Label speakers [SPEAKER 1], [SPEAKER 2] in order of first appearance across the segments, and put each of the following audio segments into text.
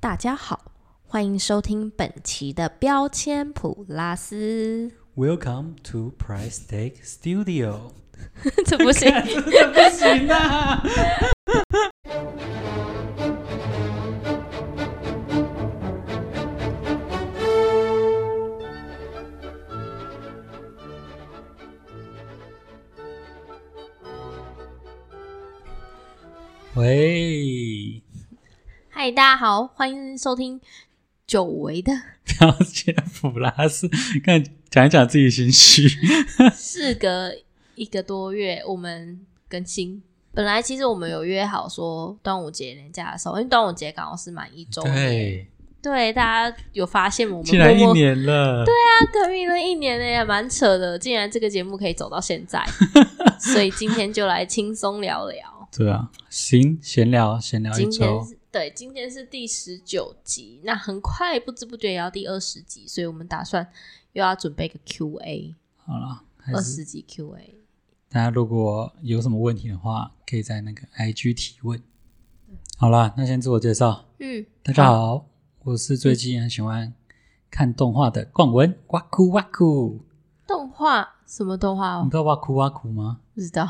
[SPEAKER 1] 大家好，欢迎收听本期的标签普拉 斯。
[SPEAKER 2] Welcome to Price Tag Studio。
[SPEAKER 1] 这不行，
[SPEAKER 2] 真的不行啊！喂，
[SPEAKER 1] 嗨，大家好，欢迎收听久违的，
[SPEAKER 2] 标签普拉斯，看讲一讲自己心虚。
[SPEAKER 1] 事隔一个多月我们更新。本来其实我们有约好说端午节连假的时候，因为端午节刚好是满一周，
[SPEAKER 2] 对，
[SPEAKER 1] 对，大家有发现我们
[SPEAKER 2] 竟然一
[SPEAKER 1] 默默
[SPEAKER 2] 年了，对，啊
[SPEAKER 1] 革命了一年呢，也蛮扯的。竟然这个节目可以走到现 在，所以今天就来轻松聊聊。
[SPEAKER 2] 啊，行，闲聊闲聊一
[SPEAKER 1] 今天
[SPEAKER 2] 周，
[SPEAKER 1] 是对，今天是第十九集，那很快不知不觉也要第二十集，所以我们打算又要准备一个 Q&A，
[SPEAKER 2] 好了，还
[SPEAKER 1] 二
[SPEAKER 2] 是
[SPEAKER 1] 十集 Q&A。
[SPEAKER 2] 大家如果有什么问题的话，可以在那个 IG 提问。好啦，那先自我介绍，
[SPEAKER 1] 嗯，
[SPEAKER 2] 大家好，我是最近很喜欢看动画的冠文，哇酷哇酷，
[SPEAKER 1] 动画什么动画
[SPEAKER 2] 你
[SPEAKER 1] 哦？
[SPEAKER 2] 知道哇酷哇酷吗？
[SPEAKER 1] 不知道。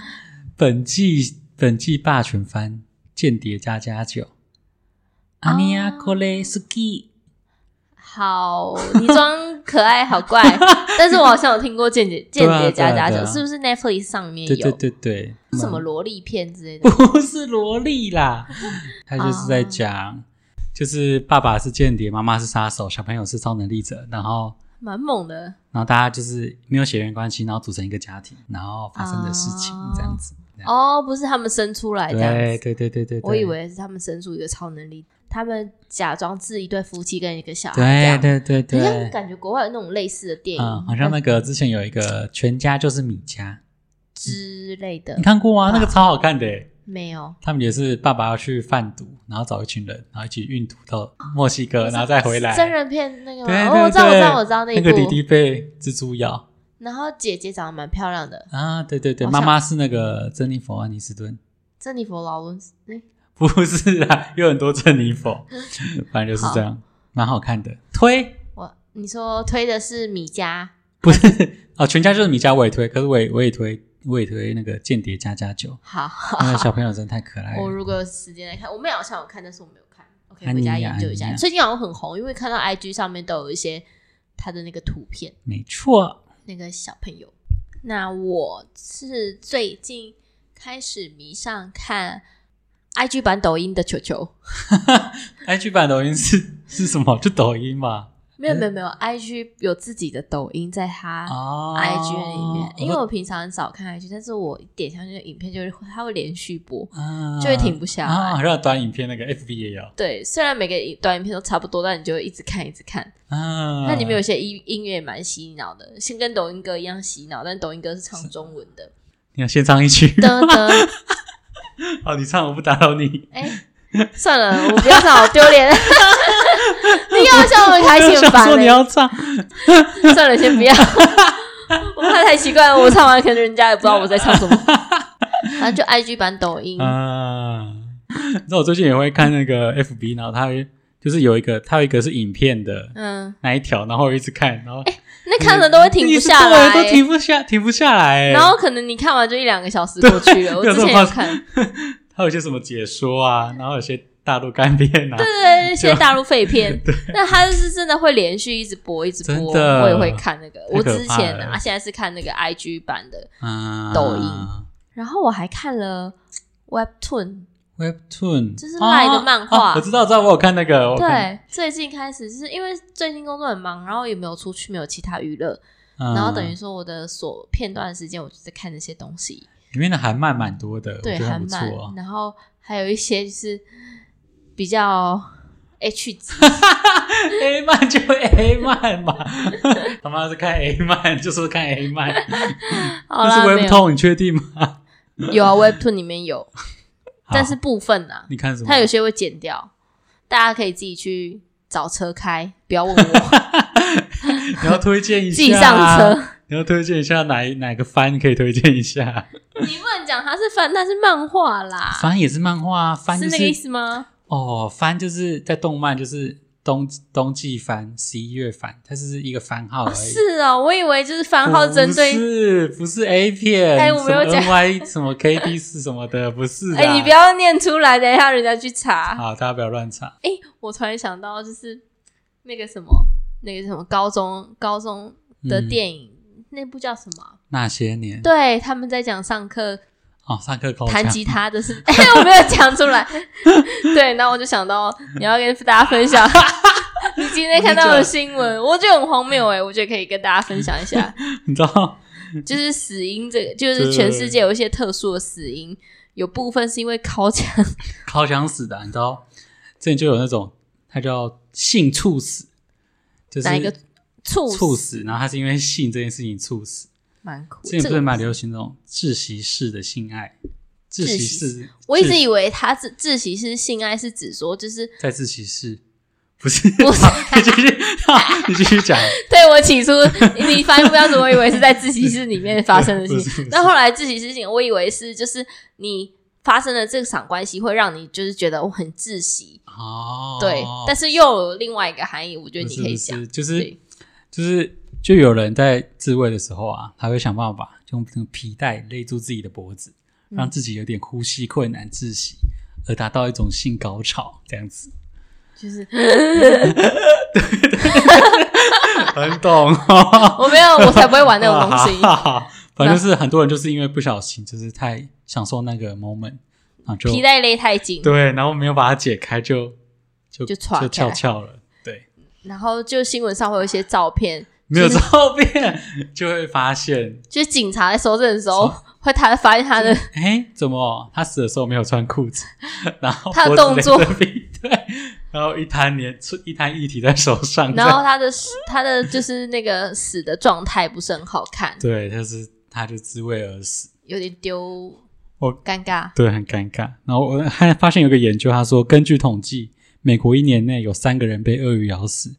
[SPEAKER 2] 本季本季霸权番《间谍加加
[SPEAKER 1] 哦
[SPEAKER 2] 九》，阿尼亚科雷斯基，
[SPEAKER 1] 好，你装可爱好 怪，但是我好像有听过《间谍间
[SPEAKER 2] 对啊
[SPEAKER 1] 谍加
[SPEAKER 2] 对啊
[SPEAKER 1] 加
[SPEAKER 2] 对
[SPEAKER 1] 九》，
[SPEAKER 2] 啊
[SPEAKER 1] 是不是 Netflix 上面有
[SPEAKER 2] 对对对对，
[SPEAKER 1] 什么萝莉片之类的？
[SPEAKER 2] 不是萝莉啦，他就是在讲，就是爸爸是间谍，妈妈是杀手，小朋友是超能力者，然后
[SPEAKER 1] 蛮猛的。
[SPEAKER 2] 然后大家就是没有血缘关系，然后组成一个家庭，然后发生的事情、
[SPEAKER 1] 哦
[SPEAKER 2] 这样子。
[SPEAKER 1] 哦，不是他们生出来这样
[SPEAKER 2] 对
[SPEAKER 1] 子，
[SPEAKER 2] 对对对对，
[SPEAKER 1] 我以为是他们生出一个超能力，他们假装是一对夫妻跟一个小孩这
[SPEAKER 2] 对
[SPEAKER 1] 样。
[SPEAKER 2] 对对
[SPEAKER 1] 好像
[SPEAKER 2] 对，
[SPEAKER 1] 感觉国外有那种类似的电影，呃
[SPEAKER 2] 嗯，好像那个之前有一个全家就是米家，
[SPEAKER 1] 之类的
[SPEAKER 2] 你，看过吗？那个超好看的耶。
[SPEAKER 1] 没有。
[SPEAKER 2] 他们也是爸爸要去贩毒，然后找一群人，然后一起运毒到墨西哥，然后再回来。
[SPEAKER 1] 真人片那个
[SPEAKER 2] 对对
[SPEAKER 1] 吗？哦，我知道，我
[SPEAKER 2] 对
[SPEAKER 1] 知道，我知道那一
[SPEAKER 2] 那个弟
[SPEAKER 1] 部。
[SPEAKER 2] 弟被蜘蛛咬
[SPEAKER 1] 然后姐姐长得蛮漂亮的，
[SPEAKER 2] 啊！对对对，
[SPEAKER 1] 好
[SPEAKER 2] 妈
[SPEAKER 1] 像
[SPEAKER 2] 妈是那个珍妮佛·安妮斯顿，
[SPEAKER 1] 珍妮佛劳伦斯。诶
[SPEAKER 2] 不是啦，有很多珍妮 佛，反正就是这样，蛮好看的。推
[SPEAKER 1] 我你说推的是米家，
[SPEAKER 2] 不是哦，全家就是米家我也推，可是我也我也推我也推那个《间谍加 加酒
[SPEAKER 1] 好，》，
[SPEAKER 2] 那个小朋友真的太可爱
[SPEAKER 1] 我
[SPEAKER 2] 了。
[SPEAKER 1] 如果有时间来看，我妹好像有看，但是我没有看。OK，
[SPEAKER 2] 哎安
[SPEAKER 1] 回
[SPEAKER 2] 妮啊
[SPEAKER 1] 家
[SPEAKER 2] 亚
[SPEAKER 1] 研究一
[SPEAKER 2] 安妮
[SPEAKER 1] 下。
[SPEAKER 2] 亚
[SPEAKER 1] 最近好像很红，因为看到 IG 上面都有一些她的那个图片。
[SPEAKER 2] 没错，
[SPEAKER 1] 那个小朋友。那我是最近开始迷上看 IG 版抖音的球球，
[SPEAKER 2] IG 版抖音是 是什么？就抖音嘛。
[SPEAKER 1] 没有没有没有，IG 有自己的抖音在它
[SPEAKER 2] 嗯哦
[SPEAKER 1] IG 啊里面，因为
[SPEAKER 2] 我
[SPEAKER 1] 我平常很少看 IG，但是我一点下去影片就会它会连续播，
[SPEAKER 2] 啊
[SPEAKER 1] 就会停不下来
[SPEAKER 2] 啊，好像短影片那个 FB 也有
[SPEAKER 1] 对，虽然每个短影片都差不多，但你就会一直看一直看。
[SPEAKER 2] 啊。
[SPEAKER 1] 那里面有些音音乐也蛮洗脑的，先跟抖音歌一样洗脑，但抖音歌是唱中文 的。
[SPEAKER 2] 你要先唱一曲，
[SPEAKER 1] 噔噔，
[SPEAKER 2] 好，你唱我不打扰你。
[SPEAKER 1] 哎、算了，我不要唱，好丢脸。 你要笑我很开心，
[SPEAKER 2] 我
[SPEAKER 1] 很
[SPEAKER 2] 想
[SPEAKER 1] 烦欸
[SPEAKER 2] 说你
[SPEAKER 1] 嘞。
[SPEAKER 2] 要唱，
[SPEAKER 1] 算了，先不要， 我怕太奇怪了。我唱完可能人家也不知道我在唱什 么。反正就 IG 版抖音，
[SPEAKER 2] 啊，你知道我最近也会看那个 FB，然后它会就是有一个，它有一个是影片的
[SPEAKER 1] 嗯，
[SPEAKER 2] 那一条，然后我一直看，然后
[SPEAKER 1] 那看了都会哎停不下
[SPEAKER 2] 一直
[SPEAKER 1] 来欸
[SPEAKER 2] 对，都停不下，停不下来。欸
[SPEAKER 1] 然后可能你看完就一两个小时过去了。我之前有看，
[SPEAKER 2] 它有些什么解说啊，然后有些大陆干片啊，
[SPEAKER 1] 对一些大陆废片，那他就是真的会连续一直播，一直播。
[SPEAKER 2] 真的
[SPEAKER 1] 我也会看那个，
[SPEAKER 2] 太
[SPEAKER 1] 我
[SPEAKER 2] 可
[SPEAKER 1] 之
[SPEAKER 2] 怕
[SPEAKER 1] 前
[SPEAKER 2] 了
[SPEAKER 1] 啊，现在是看那个 IG 版的，
[SPEAKER 2] 啊，
[SPEAKER 1] 抖音然后我还看了 Webtoon。
[SPEAKER 2] Webtoon，
[SPEAKER 1] 就是赖的漫画
[SPEAKER 2] 啊啊我知道，知道，我有看那个。我有看，
[SPEAKER 1] 对，最近开始就是因为最近工作很忙，然后也没有出去，没有其他娱乐，
[SPEAKER 2] 嗯
[SPEAKER 1] 然后等于说我的所片段的时间，我就在看这些东西，
[SPEAKER 2] 里面的韩漫蛮多的，我
[SPEAKER 1] 对，
[SPEAKER 2] 觉得
[SPEAKER 1] 韩
[SPEAKER 2] 很不
[SPEAKER 1] 漫
[SPEAKER 2] 错，。啊
[SPEAKER 1] 然后还有一些就是比较 H 级，
[SPEAKER 2] A 漫就 A 漫嘛， 他妈是看 A 漫，就说看 A 漫。
[SPEAKER 1] 好
[SPEAKER 2] 那是
[SPEAKER 1] 啦，没
[SPEAKER 2] Web
[SPEAKER 1] 有，
[SPEAKER 2] Tone，你确定吗？
[SPEAKER 1] 有啊，Webtoon 里面有， 但是
[SPEAKER 2] 好
[SPEAKER 1] 部分啊，
[SPEAKER 2] 你看什么？
[SPEAKER 1] 它有些会剪掉，大家可以自己去找车开，不 要问
[SPEAKER 2] 啊
[SPEAKER 1] 我，
[SPEAKER 2] 你要推荐 一下，啊
[SPEAKER 1] 自己上车。
[SPEAKER 2] 你要推荐一下哪一哪个番可以推荐 一下？
[SPEAKER 1] 你不能讲它是翻，它是漫画啦，
[SPEAKER 2] 番也是漫画啊，番
[SPEAKER 1] 是
[SPEAKER 2] 就
[SPEAKER 1] 那
[SPEAKER 2] 是
[SPEAKER 1] 个意思吗？
[SPEAKER 2] 哦，番就是在动漫就是冬冬季番，十一月番，它是一个番号而
[SPEAKER 1] 哦
[SPEAKER 2] 已。
[SPEAKER 1] 是哦，我以为就是番号针
[SPEAKER 2] 不
[SPEAKER 1] 对，
[SPEAKER 2] 是不是 A 片，
[SPEAKER 1] 哎我没有讲
[SPEAKER 2] N Y 什么 K D 四什么的，不是的。啊
[SPEAKER 1] 哎、你不要念出来，等一下人家去查。
[SPEAKER 2] 好，大家不要乱查。
[SPEAKER 1] 哎、我突然想到，就是那个什么，那个什么高中高中的
[SPEAKER 2] 嗯
[SPEAKER 1] 电影，那部叫什么啊？
[SPEAKER 2] 那些年，
[SPEAKER 1] 对，他们在讲上课
[SPEAKER 2] 哦，上课口
[SPEAKER 1] 弹
[SPEAKER 2] 腔
[SPEAKER 1] 吉他的事， 哎、我没有讲出来。对，然后我就想到你要跟大家分 享，你今天看到的新闻，我觉得很荒谬哎、我觉得可以跟大家分享一下，
[SPEAKER 2] 你知道？
[SPEAKER 1] 就是死因这个，就是全世界有一些特殊的死因，有部分是因为烤墙，
[SPEAKER 2] 烤想死的，你知道？之前就有那种，它叫性猝死，就是
[SPEAKER 1] 哪一个猝
[SPEAKER 2] 猝
[SPEAKER 1] 死，
[SPEAKER 2] 死，然后它是因为性这件事情猝死。
[SPEAKER 1] 蛮酷。
[SPEAKER 2] 之前
[SPEAKER 1] 这
[SPEAKER 2] 不是
[SPEAKER 1] 个
[SPEAKER 2] 蛮流行那种窒息式的性爱，窒息式，
[SPEAKER 1] 我一直
[SPEAKER 2] 窒
[SPEAKER 1] 以为他自自习是性爱，是指说 就是
[SPEAKER 2] 在窒息室，不 是？
[SPEAKER 1] 不是
[SPEAKER 2] 好你继续，好你继续 讲。
[SPEAKER 1] 对我起初你翻译不标准，我以为是在自习室里面发生的事
[SPEAKER 2] 不是不
[SPEAKER 1] 情
[SPEAKER 2] 是。
[SPEAKER 1] 那后来自习事情，我以为是就是你发生了这场关系，会让你就是觉得我很窒息。
[SPEAKER 2] 哦，
[SPEAKER 1] 对，但是又有另外一个含义，我觉得
[SPEAKER 2] 不
[SPEAKER 1] 你
[SPEAKER 2] 是
[SPEAKER 1] 可以
[SPEAKER 2] 不
[SPEAKER 1] 讲。
[SPEAKER 2] 是，就是
[SPEAKER 1] 对
[SPEAKER 2] 就是就有人在自慰的时候啊，他会想办法用那个皮带勒住自己的脖子，
[SPEAKER 1] 嗯
[SPEAKER 2] 让自己有点呼吸困难、窒息，而达到一种性高潮这样子。
[SPEAKER 1] 就是
[SPEAKER 2] 很懂哦，
[SPEAKER 1] 我没有，我才不会玩那种东西。
[SPEAKER 2] 西。反正就是很多人就是因为不小心，就是太享受那个 moment，然后就
[SPEAKER 1] 皮带勒太紧，
[SPEAKER 2] 对，然后没有把它解开就，就
[SPEAKER 1] 就
[SPEAKER 2] 就
[SPEAKER 1] 岔开
[SPEAKER 2] 翘翘了。对，
[SPEAKER 1] 然后就新闻上会有一些照片，
[SPEAKER 2] 没有照片就会发现，
[SPEAKER 1] 就是警察在搜证的时候，会他发现他的
[SPEAKER 2] 哎，怎么他死的时候没有穿裤子？然后
[SPEAKER 1] 他的
[SPEAKER 2] 脖子
[SPEAKER 1] 动作
[SPEAKER 2] 勒着皮对，然后一滩黏一滩液体在手上，
[SPEAKER 1] 然后他的他的就是那个死的状态不是很好看，
[SPEAKER 2] 这样对，就是他就自慰而死。
[SPEAKER 1] 有点丢，
[SPEAKER 2] 我
[SPEAKER 1] 尴尬。
[SPEAKER 2] 对，很尴尬。然后我还发现有个研究，他说根据统计，美国一年内有三个人被鳄鱼咬死，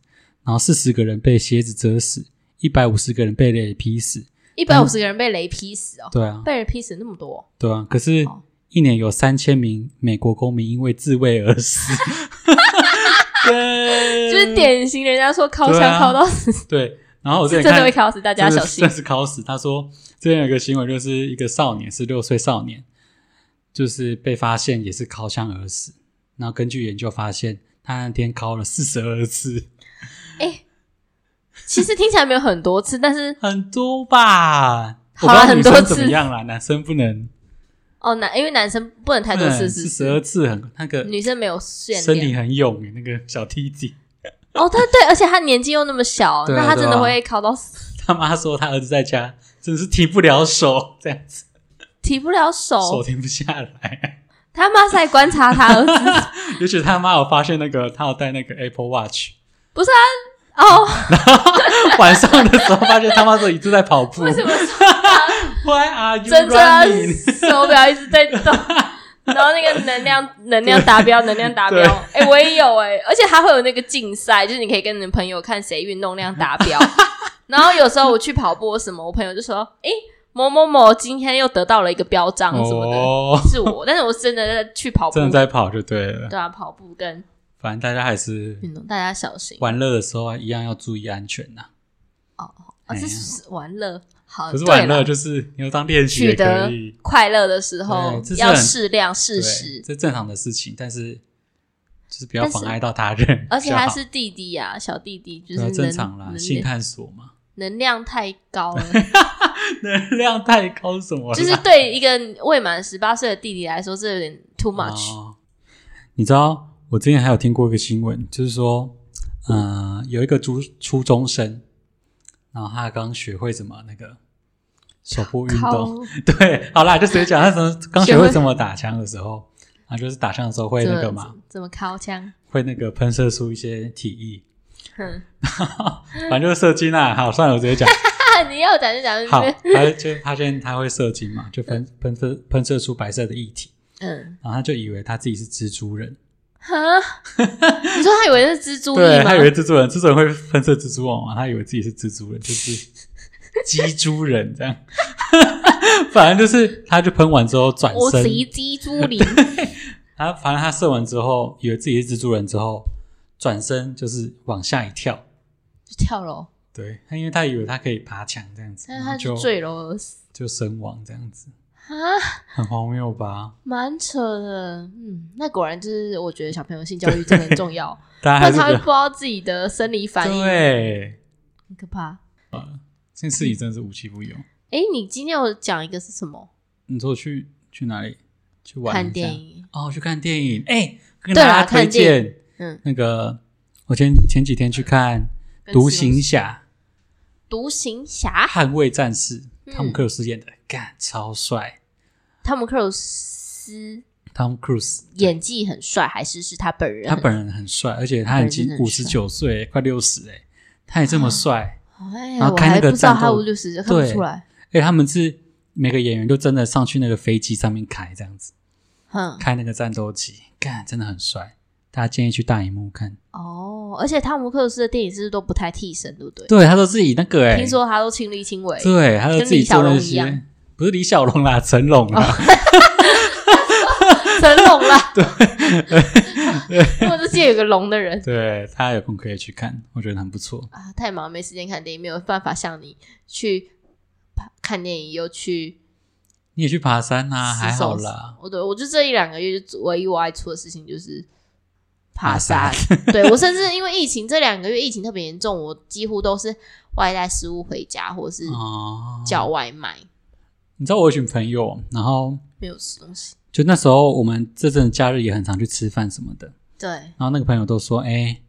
[SPEAKER 2] 然后四十个人被蝎子蛰死，一百五十个人被雷劈死。
[SPEAKER 1] 一
[SPEAKER 2] 嗯
[SPEAKER 1] 百五十个人被雷劈死哦，
[SPEAKER 2] 对啊，
[SPEAKER 1] 被人劈死那么多，
[SPEAKER 2] 对啊。可是
[SPEAKER 1] 哦，
[SPEAKER 2] 一年有三千名美国公民因为自卫而 死。对，
[SPEAKER 1] 就是典型人家说靠
[SPEAKER 2] 嗯对啊
[SPEAKER 1] 枪靠到死，
[SPEAKER 2] 对。然后我之
[SPEAKER 1] 真
[SPEAKER 2] 前看
[SPEAKER 1] 的会靠死，大家
[SPEAKER 2] 这
[SPEAKER 1] 小
[SPEAKER 2] 是
[SPEAKER 1] 心
[SPEAKER 2] 这。是考死。他说这边有一个新闻，就是一个少年，十六岁少年，就是被发现也是烤箱而死。然后根据研究发现，他那天烤了四十二次，
[SPEAKER 1] 其实听起来没有很多次，但是
[SPEAKER 2] 很多吧？
[SPEAKER 1] 好啦
[SPEAKER 2] 我不知道女生
[SPEAKER 1] 很多次
[SPEAKER 2] 怎么样啦？男生不能
[SPEAKER 1] 哦男，因为男生不能太多次，
[SPEAKER 2] 嗯四
[SPEAKER 1] 是
[SPEAKER 2] 十二次很那个
[SPEAKER 1] 女生没有限
[SPEAKER 2] 身体
[SPEAKER 1] 量。
[SPEAKER 2] 很勇欸那个小梯子。
[SPEAKER 1] 哦，他对，而且他年纪又那么小，
[SPEAKER 2] 对啊
[SPEAKER 1] 那他真
[SPEAKER 2] 对
[SPEAKER 1] 的
[SPEAKER 2] 啊
[SPEAKER 1] 会靠到死，
[SPEAKER 2] 他妈说他儿子在家真是停不了手，这样子
[SPEAKER 1] 提不了
[SPEAKER 2] 手
[SPEAKER 1] 手。
[SPEAKER 2] 停不下来。
[SPEAKER 1] 他妈是来观察他儿子
[SPEAKER 2] 也许他妈有发现那个他有戴那个 Apple Watch。
[SPEAKER 1] 哦，
[SPEAKER 2] 晚上的时候发现他妈这一直在跑步。
[SPEAKER 1] 为什么
[SPEAKER 2] Why are you
[SPEAKER 1] 真正他
[SPEAKER 2] running？
[SPEAKER 1] 手表一直在动， 然后那个能量能量达标，能量达标。哎、我也有哎、而且它会有那个竞赛，就是你可以跟你的朋友看谁运动量达 标。然后有时候我去跑步什么，我朋友就说：“哎、某某某今天又得到了一个标章什么的。
[SPEAKER 2] 哦，
[SPEAKER 1] 是我，但是我真的在去跑步，
[SPEAKER 2] 真的在跑就对了。
[SPEAKER 1] 对啊，跑步跟
[SPEAKER 2] 反正大家还是
[SPEAKER 1] 运动，大家小心
[SPEAKER 2] 玩乐的时候啊一样要注意安全呐、
[SPEAKER 1] 啊！
[SPEAKER 2] 哎呀
[SPEAKER 1] 这是玩乐，好，
[SPEAKER 2] 可是玩
[SPEAKER 1] 对
[SPEAKER 2] 乐
[SPEAKER 1] 啦
[SPEAKER 2] 就是你要当练
[SPEAKER 1] 哦
[SPEAKER 2] 习
[SPEAKER 1] 取
[SPEAKER 2] 也
[SPEAKER 1] 得
[SPEAKER 2] 可以，
[SPEAKER 1] 快乐的时候
[SPEAKER 2] 对这是
[SPEAKER 1] 要
[SPEAKER 2] 很
[SPEAKER 1] 适量适
[SPEAKER 2] 对，
[SPEAKER 1] 时，
[SPEAKER 2] 这正常的事情，但是就是不要
[SPEAKER 1] 但是
[SPEAKER 2] 妨碍到他人。
[SPEAKER 1] 而且
[SPEAKER 2] 就好
[SPEAKER 1] 他是弟弟呀、小弟弟，就
[SPEAKER 2] 对
[SPEAKER 1] 是
[SPEAKER 2] 啊
[SPEAKER 1] 能
[SPEAKER 2] 正常啦，
[SPEAKER 1] 能
[SPEAKER 2] 性探索嘛，
[SPEAKER 1] 能量太高 了，
[SPEAKER 2] 能量太高什么啦？
[SPEAKER 1] 就是对一个未满十八岁的弟弟来说，这有点 too much。
[SPEAKER 2] 哦你知道，我之前还有听过一个新闻，就是说，呃，有一个初初中生，然后他刚学会怎么那个手部运动，
[SPEAKER 1] 靠
[SPEAKER 2] 对，好啦，就直接讲他什么刚学
[SPEAKER 1] 学
[SPEAKER 2] 会
[SPEAKER 1] 会
[SPEAKER 2] 怎么打枪的 时候，啊，就是打枪的时候会那个嘛，？
[SPEAKER 1] 怎么靠枪？
[SPEAKER 2] 会那个喷射出一些体液，
[SPEAKER 1] 哼，
[SPEAKER 2] 反正就是射精啦。好，算了，我直接讲，
[SPEAKER 1] 啊你要讲就讲，
[SPEAKER 2] 好，
[SPEAKER 1] 就是
[SPEAKER 2] 他就发现他会射精嘛，就喷喷射喷射出白色的液体，
[SPEAKER 1] 嗯，
[SPEAKER 2] 然后他就以为他自己是蜘蛛人。
[SPEAKER 1] 哈， 你说他以为是蜘蛛
[SPEAKER 2] 对
[SPEAKER 1] 力
[SPEAKER 2] 他以为
[SPEAKER 1] 吗？
[SPEAKER 2] 蜘蛛人，蜘蛛人会喷射蜘蛛网嘛？他以为自己是蜘蛛人，就是 蜘蛛人这样。反正就是，他就喷完之后转
[SPEAKER 1] 我
[SPEAKER 2] 身，
[SPEAKER 1] 谁蜘蛛力？
[SPEAKER 2] 他反正他射完之后，以为自己是蜘蛛人之后，转身就是往下一跳。
[SPEAKER 1] 就跳楼，
[SPEAKER 2] 对他，因为他以为他可以爬墙这样子，
[SPEAKER 1] 但
[SPEAKER 2] 然
[SPEAKER 1] 是
[SPEAKER 2] 后
[SPEAKER 1] 他
[SPEAKER 2] 就是
[SPEAKER 1] 坠楼而死
[SPEAKER 2] 就身亡这样子，
[SPEAKER 1] 啊，
[SPEAKER 2] 很荒谬吧？
[SPEAKER 1] 蛮扯的。嗯，那果然就是我觉得小朋友性教育真的很重 要，
[SPEAKER 2] 大家
[SPEAKER 1] 不
[SPEAKER 2] 还
[SPEAKER 1] 然
[SPEAKER 2] 是
[SPEAKER 1] 他
[SPEAKER 2] 比
[SPEAKER 1] 会
[SPEAKER 2] 较
[SPEAKER 1] 不知道自己的生理反应，
[SPEAKER 2] 对，
[SPEAKER 1] 很可怕。
[SPEAKER 2] 这件事情真的是无奇不有。
[SPEAKER 1] 哎，你今天有讲一个是什么？
[SPEAKER 2] 你说我去去哪里去玩一
[SPEAKER 1] 看
[SPEAKER 2] 下
[SPEAKER 1] 电影，
[SPEAKER 2] 哦，去看电影。哎、跟
[SPEAKER 1] 对
[SPEAKER 2] 大
[SPEAKER 1] 啦
[SPEAKER 2] 家推
[SPEAKER 1] 看电
[SPEAKER 2] 荐
[SPEAKER 1] 嗯，
[SPEAKER 2] 那个，我前前几天去看《
[SPEAKER 1] 跟
[SPEAKER 2] 独
[SPEAKER 1] 史隆
[SPEAKER 2] 行侠：
[SPEAKER 1] 独行侠，
[SPEAKER 2] 捍卫战士》，
[SPEAKER 1] 嗯
[SPEAKER 2] 汤姆克鲁斯演的，干超帅。
[SPEAKER 1] 汤姆克鲁斯
[SPEAKER 2] 汤姆克鲁斯
[SPEAKER 1] 演技很帅，还是是他本人
[SPEAKER 2] 他
[SPEAKER 1] 很？
[SPEAKER 2] 本人很帅，而且
[SPEAKER 1] 本
[SPEAKER 2] 他已
[SPEAKER 1] 人真
[SPEAKER 2] 经
[SPEAKER 1] 的很啊
[SPEAKER 2] 五十九岁，快六十哎，他也这么帅。
[SPEAKER 1] 哎，
[SPEAKER 2] 然后
[SPEAKER 1] 我
[SPEAKER 2] 看那
[SPEAKER 1] 还
[SPEAKER 2] 个
[SPEAKER 1] 不知道
[SPEAKER 2] 战
[SPEAKER 1] 他
[SPEAKER 2] 斗
[SPEAKER 1] 五六十，看不
[SPEAKER 2] 对
[SPEAKER 1] 出来。
[SPEAKER 2] 哎、他们是每个演员都真的上去那个飞机上面开这样子，
[SPEAKER 1] 哼，
[SPEAKER 2] 开那个战斗机，干真的很帅。大家建议去大荧幕看，
[SPEAKER 1] 哦，而且汤姆克鲁斯的电影是不是都不太替身，对不对？
[SPEAKER 2] 对，他都自己那个哎、
[SPEAKER 1] 听说他都亲力亲为，
[SPEAKER 2] 对，他都
[SPEAKER 1] 跟
[SPEAKER 2] 自己
[SPEAKER 1] 李小
[SPEAKER 2] 做那
[SPEAKER 1] 龙一样哦
[SPEAKER 2] 些，不是李小龙啦，成龙啦，
[SPEAKER 1] 成龙啦。 对，我这界有个龙的人
[SPEAKER 2] 对，大家有空可以去看，我觉得很不错。
[SPEAKER 1] 啊，太忙没时间看电影，没有办法像你去看电影又去
[SPEAKER 2] 你也去爬山啊，还
[SPEAKER 1] 死
[SPEAKER 2] 好
[SPEAKER 1] 守
[SPEAKER 2] 啦。
[SPEAKER 1] 我对我就这一两个月，就唯一我爱做的事情就是爬
[SPEAKER 2] 爬
[SPEAKER 1] 山
[SPEAKER 2] 山。
[SPEAKER 1] 对我甚至因为疫情这两个月疫情特别严重，我几乎都是外带食物回家，或是
[SPEAKER 2] 哦，
[SPEAKER 1] 叫外卖，
[SPEAKER 2] 你知道我有一群朋友，然后
[SPEAKER 1] 没有吃东西。
[SPEAKER 2] 就那时候我们这阵假日也很常去吃饭什么的，
[SPEAKER 1] 对，
[SPEAKER 2] 然后那个朋友都说，哎、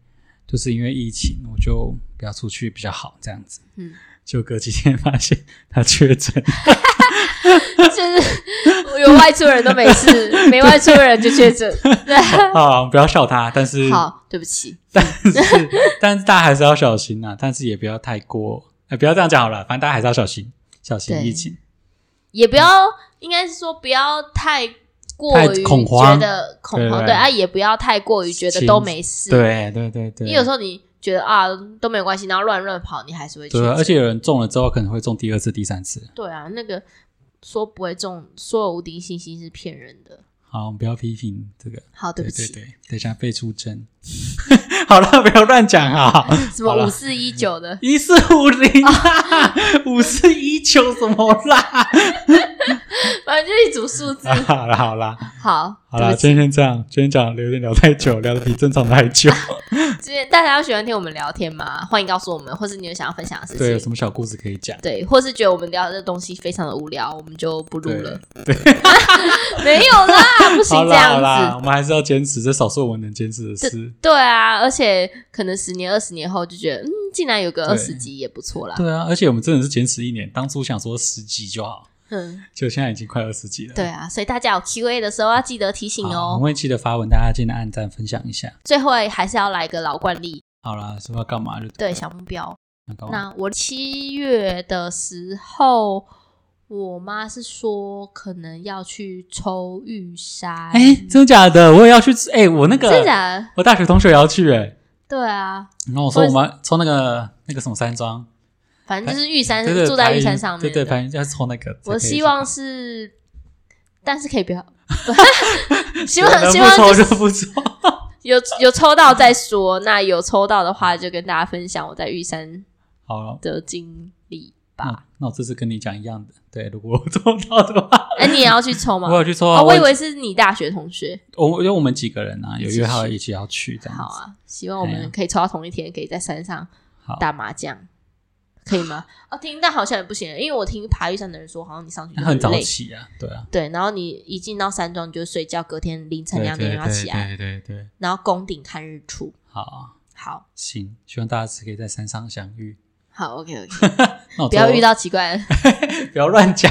[SPEAKER 2] 就是因为疫情，我就不要出去比较好这样子。
[SPEAKER 1] 嗯，
[SPEAKER 2] 就隔几天发现他确诊，
[SPEAKER 1] 就是有外出的人都没事，没外出的人就确诊。
[SPEAKER 2] 啊，不要笑他，但是
[SPEAKER 1] 好，对不起，
[SPEAKER 2] 但 是但是大家还是要小心呐、但是也不要太过，哎，不要这样讲好了，反正大家还是要小心，小心
[SPEAKER 1] 对
[SPEAKER 2] 疫情。
[SPEAKER 1] 也不要，应该是说不要太过
[SPEAKER 2] 太
[SPEAKER 1] 于
[SPEAKER 2] 恐慌
[SPEAKER 1] 觉得恐
[SPEAKER 2] 对
[SPEAKER 1] 慌，
[SPEAKER 2] 对
[SPEAKER 1] 对啊，也不要太过于觉得
[SPEAKER 2] 轻
[SPEAKER 1] 都没事。，
[SPEAKER 2] 对对对对，
[SPEAKER 1] 因为有时
[SPEAKER 2] 候
[SPEAKER 1] 候你觉得啊都没有关系，然后乱乱跑，你还是会确
[SPEAKER 2] 对，啊
[SPEAKER 1] 诊。
[SPEAKER 2] 而且有人中了之后可能会中第二次、第三次。
[SPEAKER 1] 对啊，那个说不会中，说有无敌信心是骗人的。
[SPEAKER 2] 好，我们不要批评这个，
[SPEAKER 1] 好，对
[SPEAKER 2] 对
[SPEAKER 1] 不
[SPEAKER 2] 对
[SPEAKER 1] 起，
[SPEAKER 2] 对，等一下被出征。 好了，不要乱讲啊！
[SPEAKER 1] 什
[SPEAKER 2] 好
[SPEAKER 1] 么
[SPEAKER 2] 啦
[SPEAKER 1] 五四一九的，
[SPEAKER 2] 一四五零啊啦， 五四一九什么啦？
[SPEAKER 1] 反正就一组数字。
[SPEAKER 2] 好啦好啦
[SPEAKER 1] 好，
[SPEAKER 2] 啊好
[SPEAKER 1] 对
[SPEAKER 2] 啦，
[SPEAKER 1] 不起
[SPEAKER 2] 今天先这样，今天讲有点聊太久，聊的比正常的还久。
[SPEAKER 1] 今天大家有喜欢听我们聊天吗？欢迎告诉我们，或是你有想要分享的事
[SPEAKER 2] 对，有
[SPEAKER 1] 情。
[SPEAKER 2] 什么小故事可以讲？
[SPEAKER 1] 对，或是觉得我们聊的东西非常的无聊，我们就不录
[SPEAKER 2] 对
[SPEAKER 1] 了。 没有啦，不行
[SPEAKER 2] 好
[SPEAKER 1] 这
[SPEAKER 2] 啦好啦，
[SPEAKER 1] 样
[SPEAKER 2] 我
[SPEAKER 1] 子。
[SPEAKER 2] 们还是要坚持，这少是我们能坚持的事。
[SPEAKER 1] 对啊，而且可能十年、二十年后就觉得，嗯，竟然有个
[SPEAKER 2] 对
[SPEAKER 1] 二十集也不错啦。
[SPEAKER 2] 对啊，而且我们真的是坚持一年，当初想说十集就好，
[SPEAKER 1] 嗯，
[SPEAKER 2] 就现在已经快二十集了。
[SPEAKER 1] 对啊，所以大家有 Q&A 的时候要记得提醒
[SPEAKER 2] 好，
[SPEAKER 1] 哦
[SPEAKER 2] 我们。会记得发文，大家记得按赞分享一下。
[SPEAKER 1] 最后还是要来个老惯例，
[SPEAKER 2] 好啦，说要干嘛就
[SPEAKER 1] 对小目标。
[SPEAKER 2] 要干嘛。
[SPEAKER 1] 那我七月的时候，我妈是说可能要去抽玉山，
[SPEAKER 2] 哎，真的假的？我也要去吃。哎，我那
[SPEAKER 1] 真的
[SPEAKER 2] 个
[SPEAKER 1] 假的？
[SPEAKER 2] 我大学同学也要去哎。
[SPEAKER 1] 对啊，
[SPEAKER 2] 然后我说我们要抽那个那个什么山庄，
[SPEAKER 1] 反正就是玉山
[SPEAKER 2] 对对，
[SPEAKER 1] 嗯住在
[SPEAKER 2] 白
[SPEAKER 1] 玉山
[SPEAKER 2] 云
[SPEAKER 1] 上面
[SPEAKER 2] 对
[SPEAKER 1] 的。
[SPEAKER 2] 对，反正要抽那个。
[SPEAKER 1] 我
[SPEAKER 2] 才可以
[SPEAKER 1] 希
[SPEAKER 2] 去
[SPEAKER 1] 望是，但是可以不要，希
[SPEAKER 2] 能
[SPEAKER 1] 望希
[SPEAKER 2] 不
[SPEAKER 1] 望
[SPEAKER 2] 抽
[SPEAKER 1] 是
[SPEAKER 2] 就不抽。
[SPEAKER 1] 有有抽到再说。那有抽到的话，就跟大家分享我在玉山
[SPEAKER 2] 好了，
[SPEAKER 1] 的经历吧。
[SPEAKER 2] 那那我这次跟你讲一样的，对，如果我抽到的话，
[SPEAKER 1] 哎、你也要去抽吗
[SPEAKER 2] 我？有去抽啊。
[SPEAKER 1] 哦，我以
[SPEAKER 2] 我
[SPEAKER 1] 为是你大学同学。
[SPEAKER 2] 我因为我们几个人啊，有
[SPEAKER 1] 一起
[SPEAKER 2] 约好
[SPEAKER 1] 去
[SPEAKER 2] 一起要去这样
[SPEAKER 1] 好
[SPEAKER 2] 子。
[SPEAKER 1] 啊，希望我
[SPEAKER 2] 哎呀
[SPEAKER 1] 们可以抽到同一天，可以在山上
[SPEAKER 2] 好
[SPEAKER 1] 打麻将，可以 吗？哦，听但好像也不行，因为我听爬玉山的人说，好像你上去就
[SPEAKER 2] 那很早
[SPEAKER 1] 累，
[SPEAKER 2] 起啊，对啊，
[SPEAKER 1] 对，然后你一进到山庄你就睡觉，隔天凌晨
[SPEAKER 2] 对
[SPEAKER 1] 两
[SPEAKER 2] 对
[SPEAKER 1] 点
[SPEAKER 2] 对
[SPEAKER 1] 就要起啊来，
[SPEAKER 2] 对对对，
[SPEAKER 1] 然后宫顶看日出。
[SPEAKER 2] 好啊，
[SPEAKER 1] 好，
[SPEAKER 2] 行，希望大家是可以在山上相遇。
[SPEAKER 1] 好，OK OK，
[SPEAKER 2] 那
[SPEAKER 1] 不
[SPEAKER 2] 我最后
[SPEAKER 1] 要遇，到奇怪的，
[SPEAKER 2] 不要乱讲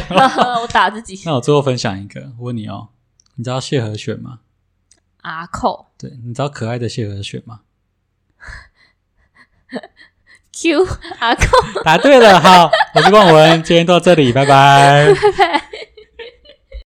[SPEAKER 2] 哦。
[SPEAKER 1] 我打自 己。
[SPEAKER 2] 那我最后分享一个，我问你哦，你知道谢和弦吗？
[SPEAKER 1] 阿扣
[SPEAKER 2] 对，你知道可爱的谢和弦吗？
[SPEAKER 1] Q 阿扣。
[SPEAKER 2] 答对了，好，我是冠文，今天到这里，拜拜。